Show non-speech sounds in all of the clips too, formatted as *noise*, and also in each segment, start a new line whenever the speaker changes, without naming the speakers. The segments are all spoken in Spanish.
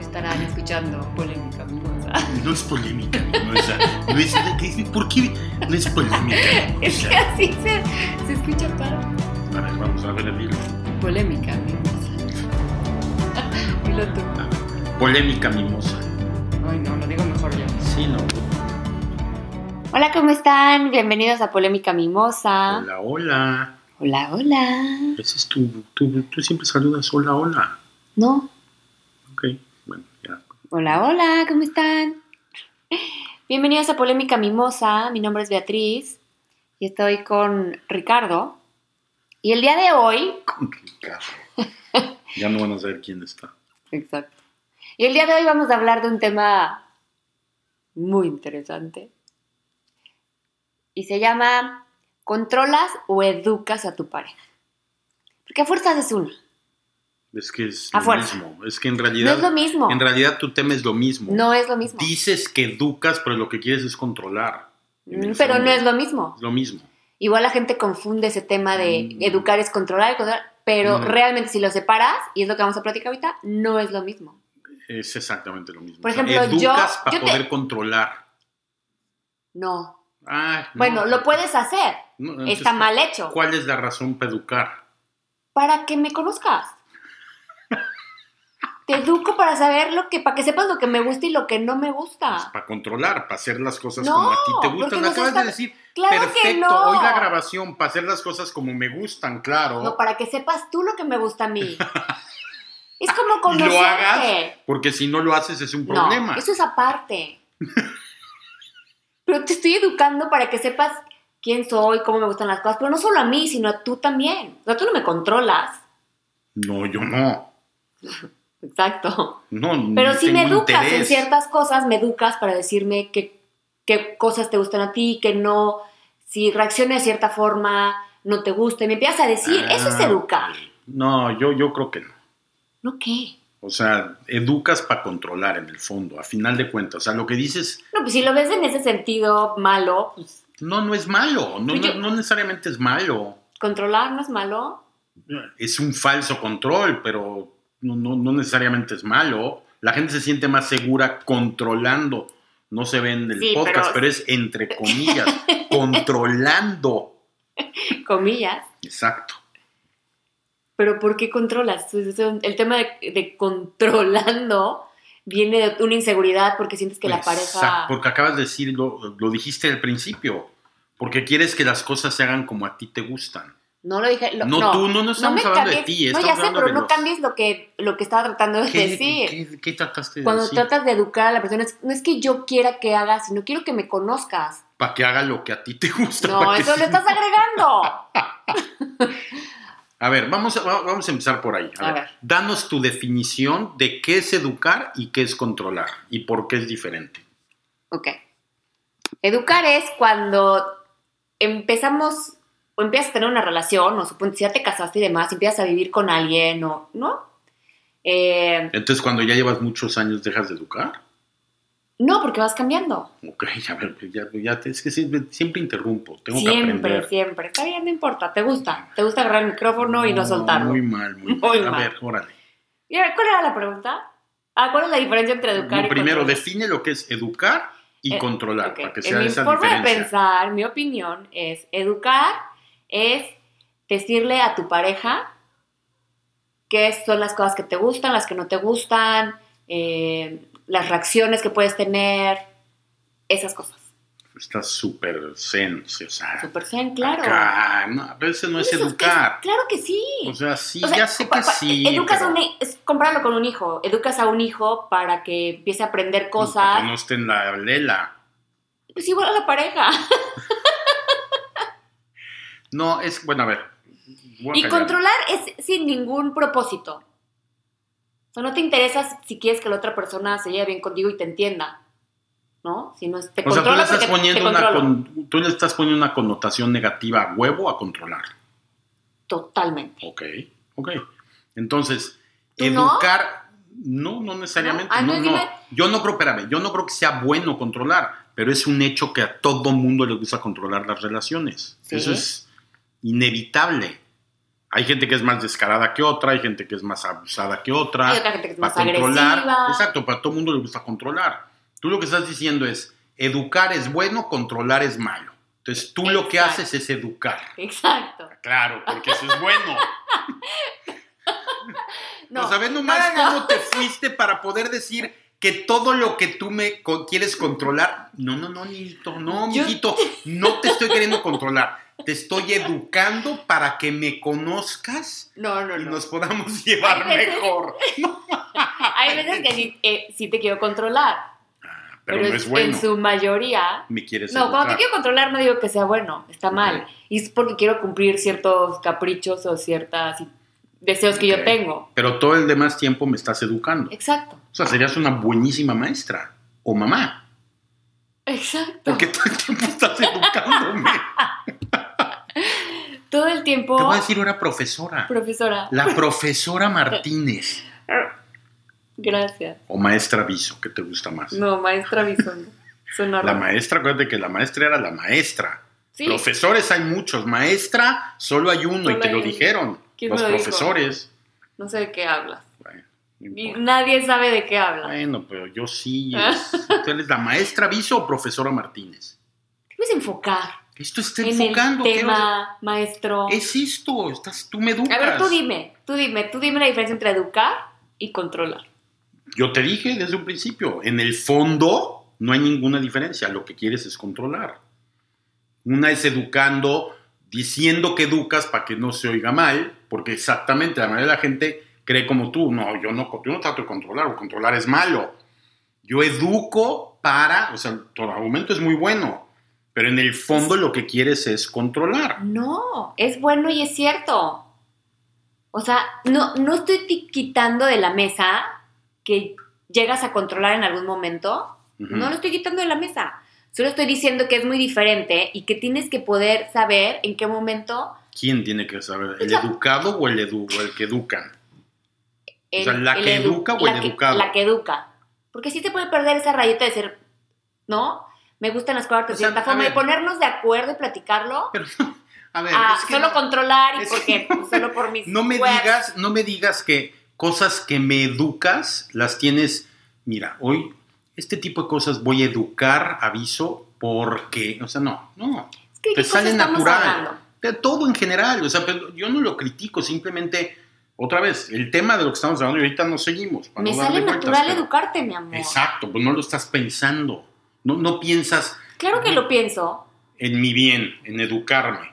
estarán escuchando polémica mimosa.
No es polémica, mimosa. No es, ¿qué dice? ¿Por qué no es polémica?
*laughs* *laughs* Es
mimosa?
que así se, se escucha para
A ver, vamos a ver el libro.
polémica mimosa. *laughs* Dilo tú.
A ver. Polémica mimosa.
Ay, no, lo digo mejor yo.
Sí, no.
Hola, ¿cómo están? Bienvenidos a Polémica Mimosa.
Hola, hola.
Hola, hola.
Ese es tu, tu- tú siempre saludas hola, hola.
No,
Ok, bueno, ya.
hola, hola, ¿cómo están? Bienvenidos a Polémica Mimosa. Mi nombre es Beatriz y estoy con Ricardo. Y el día de hoy. *laughs*
Complicado. Ya no van a saber quién está.
Exacto. Y el día de hoy vamos a hablar de un tema muy interesante. Y se llama ¿Controlas o educas a tu pareja? Porque a fuerzas es una.
Es que es
A
lo
fuerza.
mismo. Es que en
No
realidad,
es lo mismo.
en realidad tu tema es lo mismo.
No es lo mismo.
Dices que educas, pero lo que quieres es controlar. En
Mm,
el
Pero
fondo,
no es lo mismo.
es lo mismo.
Igual la gente confunde ese tema de
Mm.
educar es controlar, controlar, pero
No.
realmente si lo separas, y es lo que vamos a platicar ahorita, no es lo mismo.
Es exactamente lo mismo.
Por
O sea,
ejemplo, yo-
educas para
yo te-
poder controlar.
No.
Ah, no.
Bueno, lo puedes hacer.
No, entonces,
Está mal hecho.
¿Cuál es la razón para educar?
Para que me conozcas. Te educo para saber lo que, para que sepas lo que me gusta y lo que no me gusta.
Pues, para controlar, para hacer las cosas
Ah. No,
como a ti te
porque
gustan. Lo
nos
acabas
está-
de decir.
Claro que
Perfecto,
no.
hoy la grabación, para hacer las cosas como me gustan, claro.
No, para que sepas tú lo que me gusta a
*laughs*
mí. es como
y
conocerte.
lo hagas, porque si no lo haces es un problema.
No, eso es aparte. pero te estoy educando para que sepas quién soy, cómo me gustan las cosas, pero no solo a mí, sino a tú también. O sea, tú no me controlas.
No, yo no.
Exacto.
No,
Pero
no
si me
tengo
educas en
interés.
ciertas cosas, me educas para decirme qué, qué cosas te gustan a ti, qué no, si reaccionas de cierta forma, no te gusta, y me empiezas a decir, eso es
Ah,
educar.
No, yo, yo creo que no.
¿No qué?
O sea, educas para controlar en el fondo, a final de cuentas. O sea, lo que dices,
No, pues si lo ves en ese sentido malo, pues
no, no es malo. No,
Pues yo-
no, no necesariamente es malo.
controlar no es malo. *laughs*
es un falso control, pero no, no- no necesariamente es malo. La gente se siente más segura controlando. No se ven del
Sí,
podcast,
pero-
pero... es
*laughs*
entre comillas, controlando.
comillas,
Exacto.
pero ¿por qué controlas? Es- es un- El tema de, de controlando viene de una inseguridad porque sientes que la
Exacto,
pareja...
Porque acabas de decirlo, lo dijiste al principio. Porque quieres que las cosas se hagan como a ti te gustan.
No lo dije... lo-
no, tú, no, no estamos
me
hablando de
cambies-
ti.
No,
Estamos
ya sé,
hablando
pero
de
no
los-
cambies lo que, lo que estaba tratando de
¿Qué,
decir.
qué- qué trataste de
Cuando
decir?
tratas de educar a la persona, es- no es que yo quiera que hagas, sino quiero que me
*laughs*
conozcas.
Para que haga lo que a ti te gusta.
No,
para que
eso lo
se-
estás agregando.
A ver, vamos a, va- vamos a empezar por ahí. A,
A
ver,
ver.
danos tu definición de qué es educar y qué es controlar y por qué es diferente.
Ok. Educar es cuando empezamos o empiezas a tener una relación, o supongo si ya te casaste y demás, empiezas a vivir con alguien, o, ¿no? Eh,
Entonces, cuando ya llevas muchos años, dejas de educar.
no, porque vas cambiando.
Ok, *laughs* a ver, pues ya, ya te- es que siempre, siempre interrumpo. Tengo que
siempre,
aprender.
siempre. Está bien, no importa, te gusta. Te gusta agarrar el micrófono y no soltarlo.
Muy
*laughs*
mal, muy mal.
Muy
a
mal.
ver, órale.
Y a ver, ¿Cuál era la pregunta? Ah, ¿cuál es la diferencia entre educar
Lo
y
primero,
controlar?
define lo que es educar y
Eh,
controlar,
Ok,
para que
en
sea
mi
esa
forma de
diferencia.
pensar, mi opinión es educar es decirle a tu pareja qué son las cosas que te gustan, las que no te gustan, eh, las reacciones que puedes tener, esas cosas.
Está súper zen, o sea,
Super zen, claro.
Ah,
Pues
acá, no, pero ese no es
Eso es que-
educar.
claro que sí.
O sea, sí,
O sea,
ya sé
pa-
que
pa-
sí.
Educas a
pero-
un hi- es compararlo con un hijo. Educas a un hijo para que empiece a aprender
Para
cosas.
Que no esté en la lela.
Pues igual a la pareja.
No, es, bueno, a ver. voy a
Y
callar.
controlar es sin ningún propósito. O sea, no te interesa si quieres que la otra persona se lleve bien contigo y te entienda. ¿No? Si no es- te
O sea, tú le,
controla
estás
porque te,
poniendo una
controlo.
con- tú le estás poniendo una connotación negativa a huevo a controlar.
Totalmente.
Ok, ok. Entonces,
¿Tú no?
educar. No, no necesariamente.
¿No? Ah,
No,
no,
no.
dime.
Yo no creo, espérame, yo no creo que sea bueno controlar, pero es un hecho que a todo mundo le gusta controlar las relaciones.
Sí.
Eso es inevitable. Hay gente que es más descarada que otra, hay gente que es más abusada que otra.
Hay otra gente que es
para
más
Ah, controlar.
agresiva.
Exacto, para todo mundo le gusta controlar. Tú lo que estás diciendo es, educar es bueno, controlar es malo. Entonces tú lo que
Exacto.
haces es educar.
Exacto.
Claro, porque eso es bueno.
*laughs* No,
o sea, ves nomás
no, no, no.
cómo te fuiste para poder decir que todo lo que tú me co- quieres controlar. No, no, no, niñito, no,
Yo- *laughs*
mijito, no te estoy queriendo controlar. Te estoy educando para que me conozcas
No, no,
y
no.
nos podamos *laughs* llevar
Hay veces-
mejor.
Hay veces que sí, eh, sí te quiero controlar,
Pero,
pero,
no
es-
es bueno.
en su mayoría...
Me quieres
No, cuando te
educar.
quiero controlar no digo que sea bueno, está mal.
Ok.
Y es porque quiero cumplir ciertos caprichos o ciertos deseos que
Ok.
yo tengo.
Pero todo el demás tiempo me estás educando.
Exacto,
O sea, serías una buenísima maestra o mamá.
exacto.
Porque todo el tiempo estás educándome.
*laughs* Todo el tiempo,
Te voy a decir una profesora.
profesora,
La profesora Martínez.
gracias.
O maestra Viso, que te gusta más.
No, maestra Bison, son
La
horribles.
maestra, acuérdate que la maestra era la maestra.
Sí,
Profesores hay muchos. Maestra, solo hay uno y
Solo
te
hay
lo
uno.
dijeron.
¿Quién
Los
me lo dijo?
profesores.
no sé de qué hablas.
Bueno, no
Y
importa.
nadie sabe de qué hablas.
Bueno, pero yo sí.
Ah.
es- ¿Tú eres la maestra Viso o profesora Martínez?
Debes enfocar
Esto está
en
enfocando.
el
quiero-
tema, maestro.
Es esto. Estás, tú me educas.
A ver, tú dime, tú dime, tú dime la diferencia entre educar y controlar.
Yo te dije desde un principio, en el fondo no hay ninguna diferencia, lo que quieres es controlar. Una es educando, diciendo que educas para que no se oiga mal, porque exactamente la mayoría de la gente cree como tú, no, yo no, yo no trato de controlar, o controlar es malo. Yo educo para, o sea, tu argumento es muy bueno, pero en el fondo lo que quieres es controlar.
No, es bueno y es cierto. O sea, no, no estoy ti- quitando de la mesa que llegas a controlar en algún momento.
Ujú.
No lo estoy quitando de la mesa. Solo estoy diciendo que es muy diferente y que tienes que poder saber en qué momento
¿Quién tiene que saber? ¿El
O sea-
educado o el, edu- o el que educan?
el,
sea, ¿la que
edu-
educa o el
la que-
educado?
La que educa. Porque sí se puede perder esa rayita de ser, ¿no? Me gustan las cosas de
O sea,
cierta
a
forma y
ver.
ponernos de acuerdo y platicarlo.
A ver,
a
es que
Ah, solo
no-
controlar y
es
porque solo por mis
No me
huevos.
digas, no me digas que cosas que me educas las tienes. Mira, hoy este tipo de cosas voy a educar, aviso, porque, o sea, no, no,
Es que, ¿de
te
qué cosa
sale
estamos
natural.
hablando?
De todo en general, o sea, pero yo no lo critico, simplemente otra vez, el tema de lo que estamos hablando y ahorita nos seguimos. para
Me
no
sale
darle vueltas,
natural
pero-
educarte, mi amor.
Exacto, pues no lo estás pensando, no, no piensas
Claro que lo pienso
en mi bien, en educarme.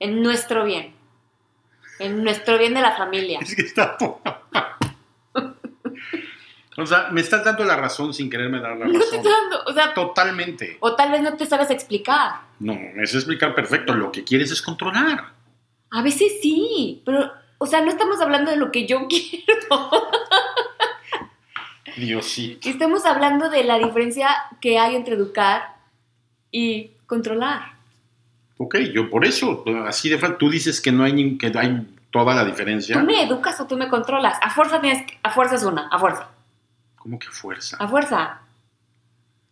en nuestro bien. En nuestro bien de la familia.
Es que está poca madre. O sea, me estás dando la razón sin quererme dar la
No te
razón.
estoy dando, o sea,
Totalmente.
o tal vez no te sabes explicar.
No, me sé explicar perfecto. Lo que quieres es controlar.
A veces sí, pero, o sea, no estamos hablando de lo que yo *laughs* quiero.
Diosito.
Estamos hablando de la diferencia que hay entre educar y controlar.
Ok, yo por eso, así de fácil. Tú dices que no hay, ni- que hay toda la diferencia.
Tú me educas o tú me controlas. A fuerza tienes, que- a fuerza es una, a fuerza,
¿Cómo que fuerza?
a fuerza.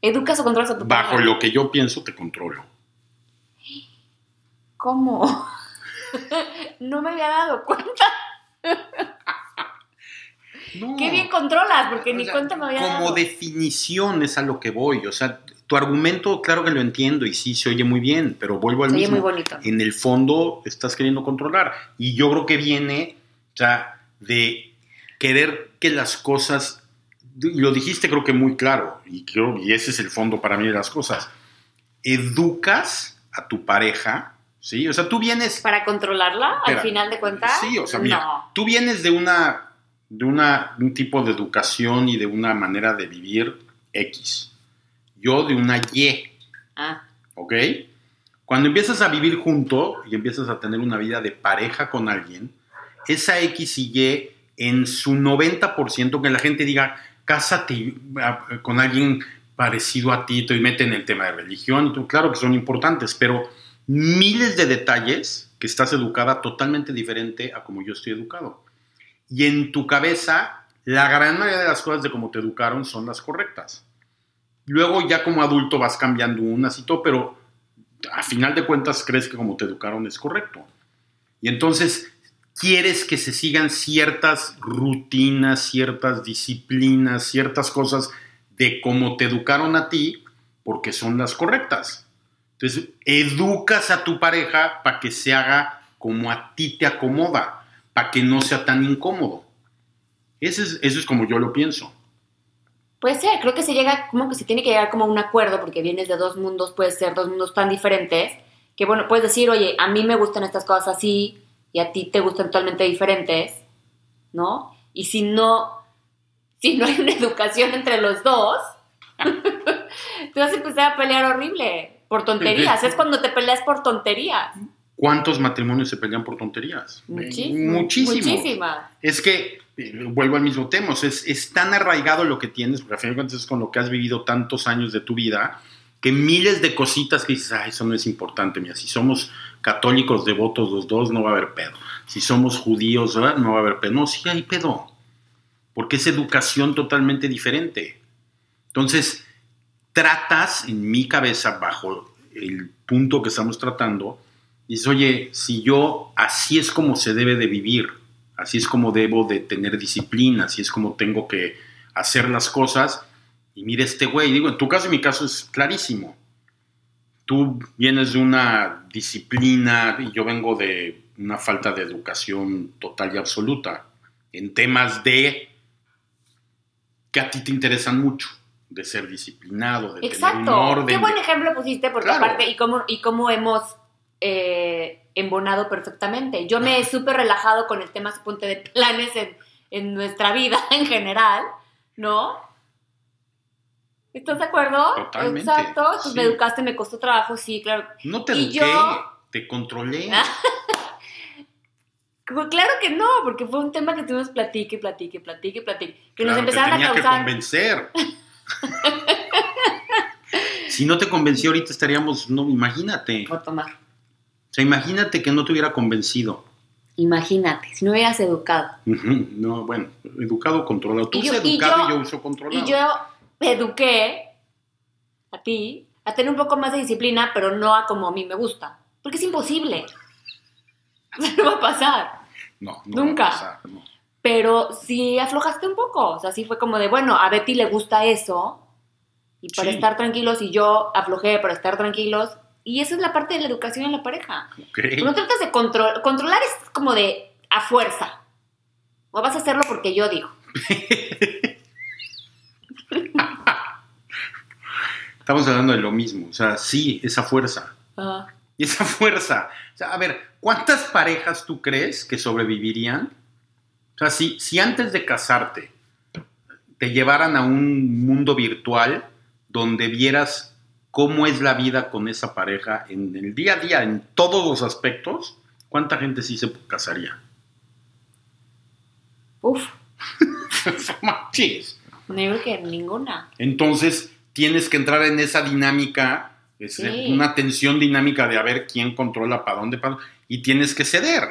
Educas o controlas a tu
Bajo
pareja.
lo que yo pienso, te controlo.
¿Cómo? *laughs* no me había dado cuenta.
No.
Qué bien controlas, porque
O
ni
sea,
cuenta me había
Como
dado.
definición es a lo que voy. O sea, tu argumento, claro que lo entiendo y sí se oye muy bien, pero vuelvo al
Se oye
mismo.
muy bonito.
en el fondo estás queriendo controlar. Y yo creo que viene, o sea, de querer que las cosas, y lo dijiste creo que muy claro, y, creo, y ese es el fondo para mí de las cosas, educas a tu pareja, ¿sí? O sea, tú vienes,
Para controlarla,
Espera.
al final de cuentas.
Sí, o sea, mira,
No.
tú vienes de una, de una, un tipo de educación y de una manera de vivir X. Yo de una Y.
Ah,
¿ok? Cuando empiezas a vivir junto y empiezas a tener una vida de pareja con alguien, esa X y Y en su 90%, que la gente diga, cásate ah, con alguien parecido a ti, y meten el tema de religión, y tú, claro que son importantes, pero miles de detalles que estás educada totalmente diferente a como yo estoy educado. Y en tu cabeza, la gran mayoría de las cosas de cómo te educaron son las correctas. Luego ya como adulto vas cambiando unas y todo, pero a final de cuentas crees que como te educaron es correcto. Y entonces quieres que se sigan ciertas rutinas, ciertas disciplinas, ciertas cosas de cómo te educaron a ti, porque son las correctas. Entonces, educas a tu pareja para que se haga como a ti te acomoda, para que no sea tan incómodo. Eso es, eso es como yo lo pienso.
Puede ser, Pues creo que se llega, como que se tiene que llegar como a un acuerdo, porque vienes de dos mundos, puede ser dos mundos tan diferentes, que bueno, puedes decir, oye, a mí me gustan estas cosas así, y a ti te gustan totalmente diferentes, ¿no? Y si no, si no hay una educación entre los dos, *laughs* tú vas a empezar a pelear horrible por tonterías. Es cuando te peleas por tonterías.
¿Cuántos matrimonios se pelean por tonterías?
Muchísimo.
Muchísimo.
Muchísimas.
Es que, eh, vuelvo al mismo tema, o sea, es, es tan arraigado lo que tienes, porque a fin de cuentas es con lo que has vivido tantos años de tu vida, que miles de cositas que dices, ah, eso no es importante, mira, si somos católicos devotos los dos, no va a haber pedo. Si somos judíos, ¿verdad? no va a haber pedo. No, sí hay pedo, porque es educación totalmente diferente. Entonces, tratas, en mi cabeza, bajo el punto que estamos tratando, dices, oye, si yo, así es como se debe de vivir, así es como debo de tener disciplina, así es como tengo que hacer las cosas, y mira este güey, digo, en tu caso y mi caso es clarísimo. Tú vienes de una disciplina y yo vengo de una falta de educación total y absoluta en temas de que a ti te interesan mucho, de ser disciplinado, de tener un
Exacto.
orden.
Qué
de-
buen ejemplo pusiste, porque
Claro.
aparte, y cómo, y cómo hemos eh, embonado perfectamente. Yo me he súper relajado con el tema, suponte, de planes en, en nuestra vida *laughs* en general, ¿no? ¿Estás de acuerdo?
Totalmente,
Exacto. Entonces
sí.
me educaste, me costó trabajo, sí, claro.
No te
Y
eduqué,
yo-
te
*laughs*
controlé.
Como, Claro que no, porque fue un tema que tuvimos platique, platique, platique, platique. Que
Claro,
nos empezaron
te tenía
a
que
causar. *laughs*
convencer. si no te convencí ahorita estaríamos, no, imagínate. O
Voy a tomar.
sea, imagínate que no te hubiera convencido.
Imagínate, si no hubieras educado.
Ujú, No, bueno, educado, controlado. Tú
Y yo-
usas
y
educado y yo,
yo-
uso controlado.
Y yo me eduqué a ti a tener un poco más de disciplina, pero no a como a mí me gusta. Porque es imposible. *laughs* O sea, No va a pasar.
no, no va a
nunca.
pasar, no.
Pero sí aflojaste un poco. O sea, sí fue como de, bueno, a Betty le gusta eso. Y para
Sí.
estar tranquilos, y yo aflojé para estar tranquilos. Y esa es la parte de la educación en la pareja.
Ok.
No tratas de control, controlar, es como de a fuerza. O vas a hacerlo porque yo digo.
Estamos hablando de lo mismo. O sea, sí, esa fuerza.
Ah,
*laughs* Y esa fuerza. O sea, a ver, ¿cuántas parejas tú crees que sobrevivirían? O sea, si, si antes de casarte te llevaran a un mundo virtual donde vieras cómo es la vida con esa pareja en el día a día, en todos los aspectos, ¿cuánta gente sí se casaría? *laughs*
uf,
Machis.
no digo que ninguna.
Entonces tienes que entrar en esa dinámica, es
Sí.
una tensión dinámica de a ver quién controla para dónde, para y tienes que ceder.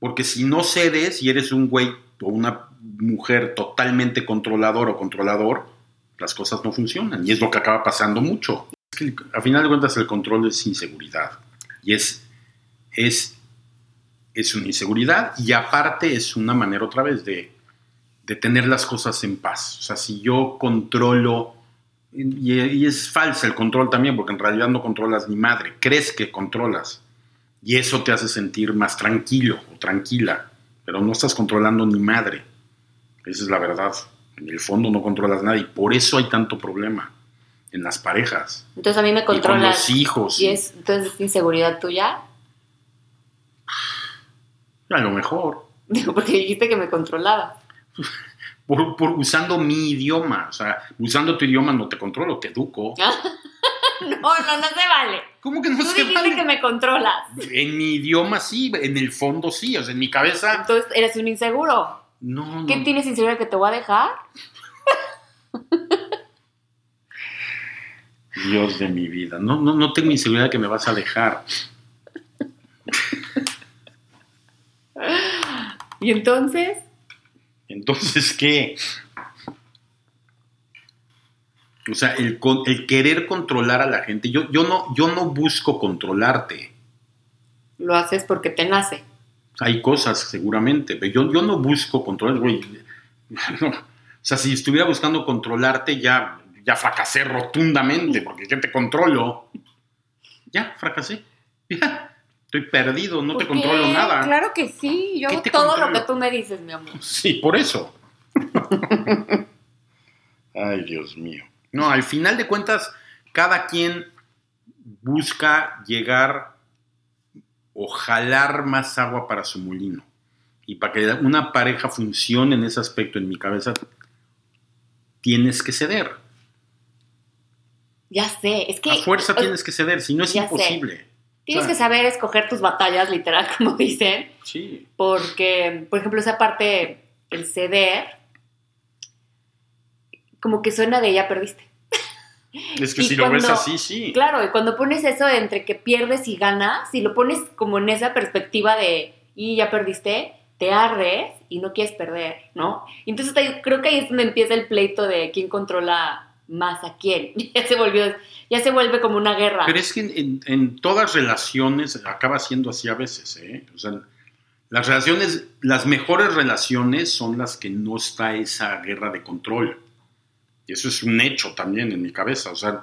Porque si no cedes y eres un güey o una mujer totalmente controlador o controlador, las cosas no funcionan. Y es lo que acaba pasando mucho. Es que, a final de cuentas, el control es inseguridad. Y es, es, es una inseguridad. Y aparte, es una manera otra vez de de tener las cosas en paz. O sea, si yo controlo, y, y es falsa el control también, porque en realidad no controlas ni madre, crees que controlas, y eso te hace sentir más tranquilo o tranquila, pero no estás controlando ni madre. Esa es la verdad. En el fondo no controlas nada y por eso hay tanto problema en las parejas
Entonces a mí me
y con
controla.
los hijos.
Y es, entonces es inseguridad tuya. *laughs*
A lo mejor.
Digo, porque dijiste que me controlaba.
Por, por usando mi idioma, o sea, usando tu idioma no te controlo, te educo.
No, no, no se vale.
¿Cómo que *laughs* no
Tú
se
dijiste
vale?
que me controlas.
En mi idioma sí, en el fondo sí, o sea, en mi cabeza
Entonces eres un inseguro.
no,
¿Qué
no.
tienes inseguridad que te voy a dejar?
Dios de mi vida, no, no, no tengo inseguridad que me vas a dejar.
Y entonces,
Entonces, ¿qué? O sea, el, con- el querer controlar a la gente, yo, yo, no, yo no busco controlarte,
lo haces porque te nace.
Hay cosas, seguramente, pero yo, yo no busco controlar, güey. *laughs* No. O sea, si estuviera buscando controlarte, ya, ya fracasé rotundamente, porque ¿qué te controlo? Ya, fracasé. *laughs* Ya, estoy perdido, no te
¿Por qué?
controlo nada.
Claro que sí, yo
¿Qué
hago
te
todo lo
controlo?
que tú me dices, mi amor.
Sí, por *laughs* eso.
Ay, Dios mío.
No, al final de cuentas, cada quien busca llegar o jalar más agua para su molino. Y para que una pareja funcione en ese aspecto en mi cabeza, tienes que ceder.
Ya sé, es que
A fuerza
o-
tienes que ceder, si no es
ya sé.
imposible.
tienes
o sea.
que saber escoger tus batallas, literal, *laughs* como dicen.
Sí.
Porque, por ejemplo, esa parte, el ceder, como que suena de ya perdiste.
Es que
Y
si lo ves
cuando-
así, sí.
Claro, y cuando pones eso entre que pierdes y ganas, si lo pones como en esa perspectiva de y ya perdiste, te ardes y no quieres perder, ¿no? Y Entonces te- creo que ahí es donde empieza el pleito de quién controla más a quién. *laughs* Ya se volvió, ya se vuelve como una guerra.
Pero es que en, en- en todas relaciones acaba siendo así a veces, ¿eh? O sea, las relaciones, las mejores relaciones son las que no está esa guerra de control. Y eso es un hecho también en mi cabeza. O sea,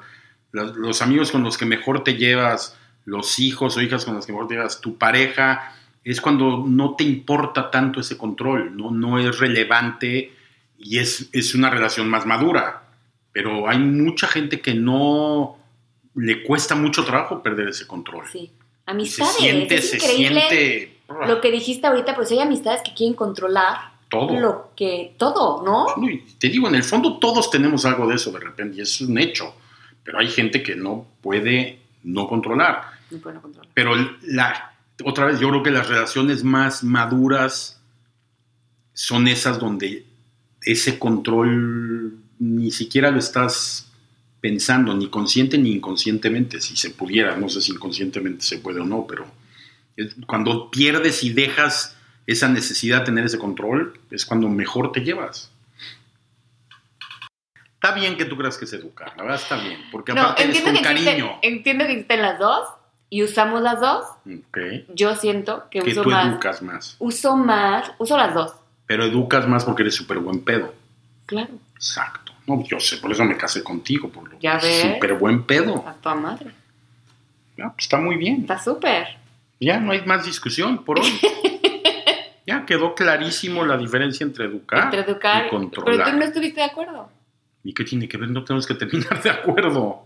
la- los amigos con los que mejor te llevas, los hijos o hijas con los que mejor te llevas, tu pareja, es cuando no te importa tanto ese control, no, no es relevante y es, es una relación más madura. Pero hay mucha gente que no le cuesta mucho trabajo perder ese control.
Sí.
Y se
Amistades,
siente,
es
se
increíble
siente
lo que dijiste ahorita, pues hay amistades que quieren controlar
todo.
lo que todo, ¿no?
Uy, Te digo, en el fondo todos tenemos algo de eso de repente y es un hecho, pero hay gente que no puede no controlar.
No pueden controlar.
Pero la, otra vez, yo creo que las relaciones más maduras son esas donde ese control ni siquiera lo estás pensando, ni consciente ni inconscientemente, si se pudiera, no sé si inconscientemente se puede o no, pero es- cuando pierdes y dejas esa necesidad de tener ese control, es cuando mejor te llevas. Está bien que tú creas que es educar, la verdad está bien, porque
No,
aparte es
entiendo
con
que, e existen,
cariño.
entiendo que existen las dos y usamos las dos.
Ok.
Yo siento que,
que
uso
tú
más.
educas más,
Uso más, uso las dos.
pero educas más porque eres súper buen pedo.
Claro,
Exacto. No, yo sé, por eso me casé contigo, por lo
Ya ves. Ah.
súper buen pedo.
a toda madre.
Ya, pues, está muy bien.
Está súper.
Ya no hay más discusión
*laughs*
por hoy. ya quedó clarísimo la diferencia entre educar,
Entre educar.
Ah, y
Pero tú
controlar.
no estuviste de acuerdo.
¿Y qué tiene que ver? No tenemos que terminar de acuerdo.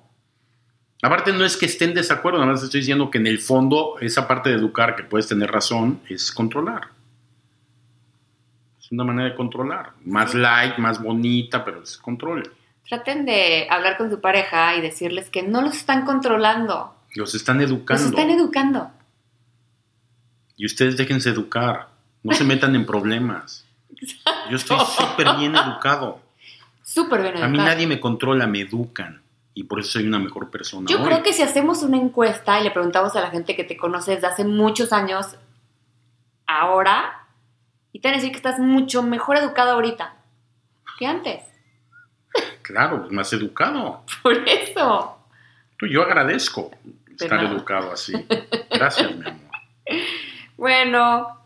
Aparte no es que esté en desacuerdo, nada más estoy diciendo que en el fondo esa parte de educar, que puedes tener razón, es controlar. Es una manera de controlar. Más light, más bonita, pero es control.
Traten de hablar con su pareja y decirles que no los están controlando.
Los están educando.
Los están educando.
y ustedes déjense educar. No se metan en problemas. Yo estoy súper bien educado.
Súper bien
A mí
educados.
nadie me controla, me educan. Y por eso soy una mejor persona.
Yo
hoy.
creo que si hacemos una encuesta y le preguntamos a la gente que te conoce desde hace muchos años, ahora, y te van a decir que estás mucho mejor educado ahorita que antes. *laughs*
Claro, pues, más educado.
Por eso.
Tú, yo agradezco estar
nada.
educado así. Gracias, mi amor.
Bueno,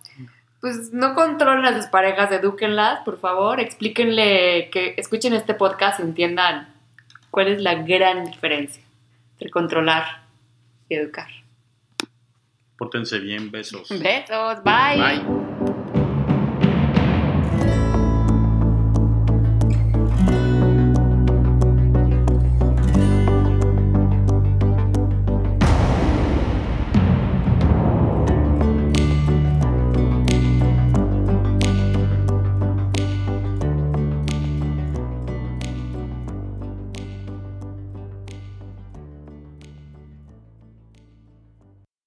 pues no controlen a sus parejas, edúquenlas, por favor. Explíquenle que escuchen este podcast y entiendan cuál es la gran diferencia entre controlar y educar.
Pórtense bien, besos.
Besos,
Bye.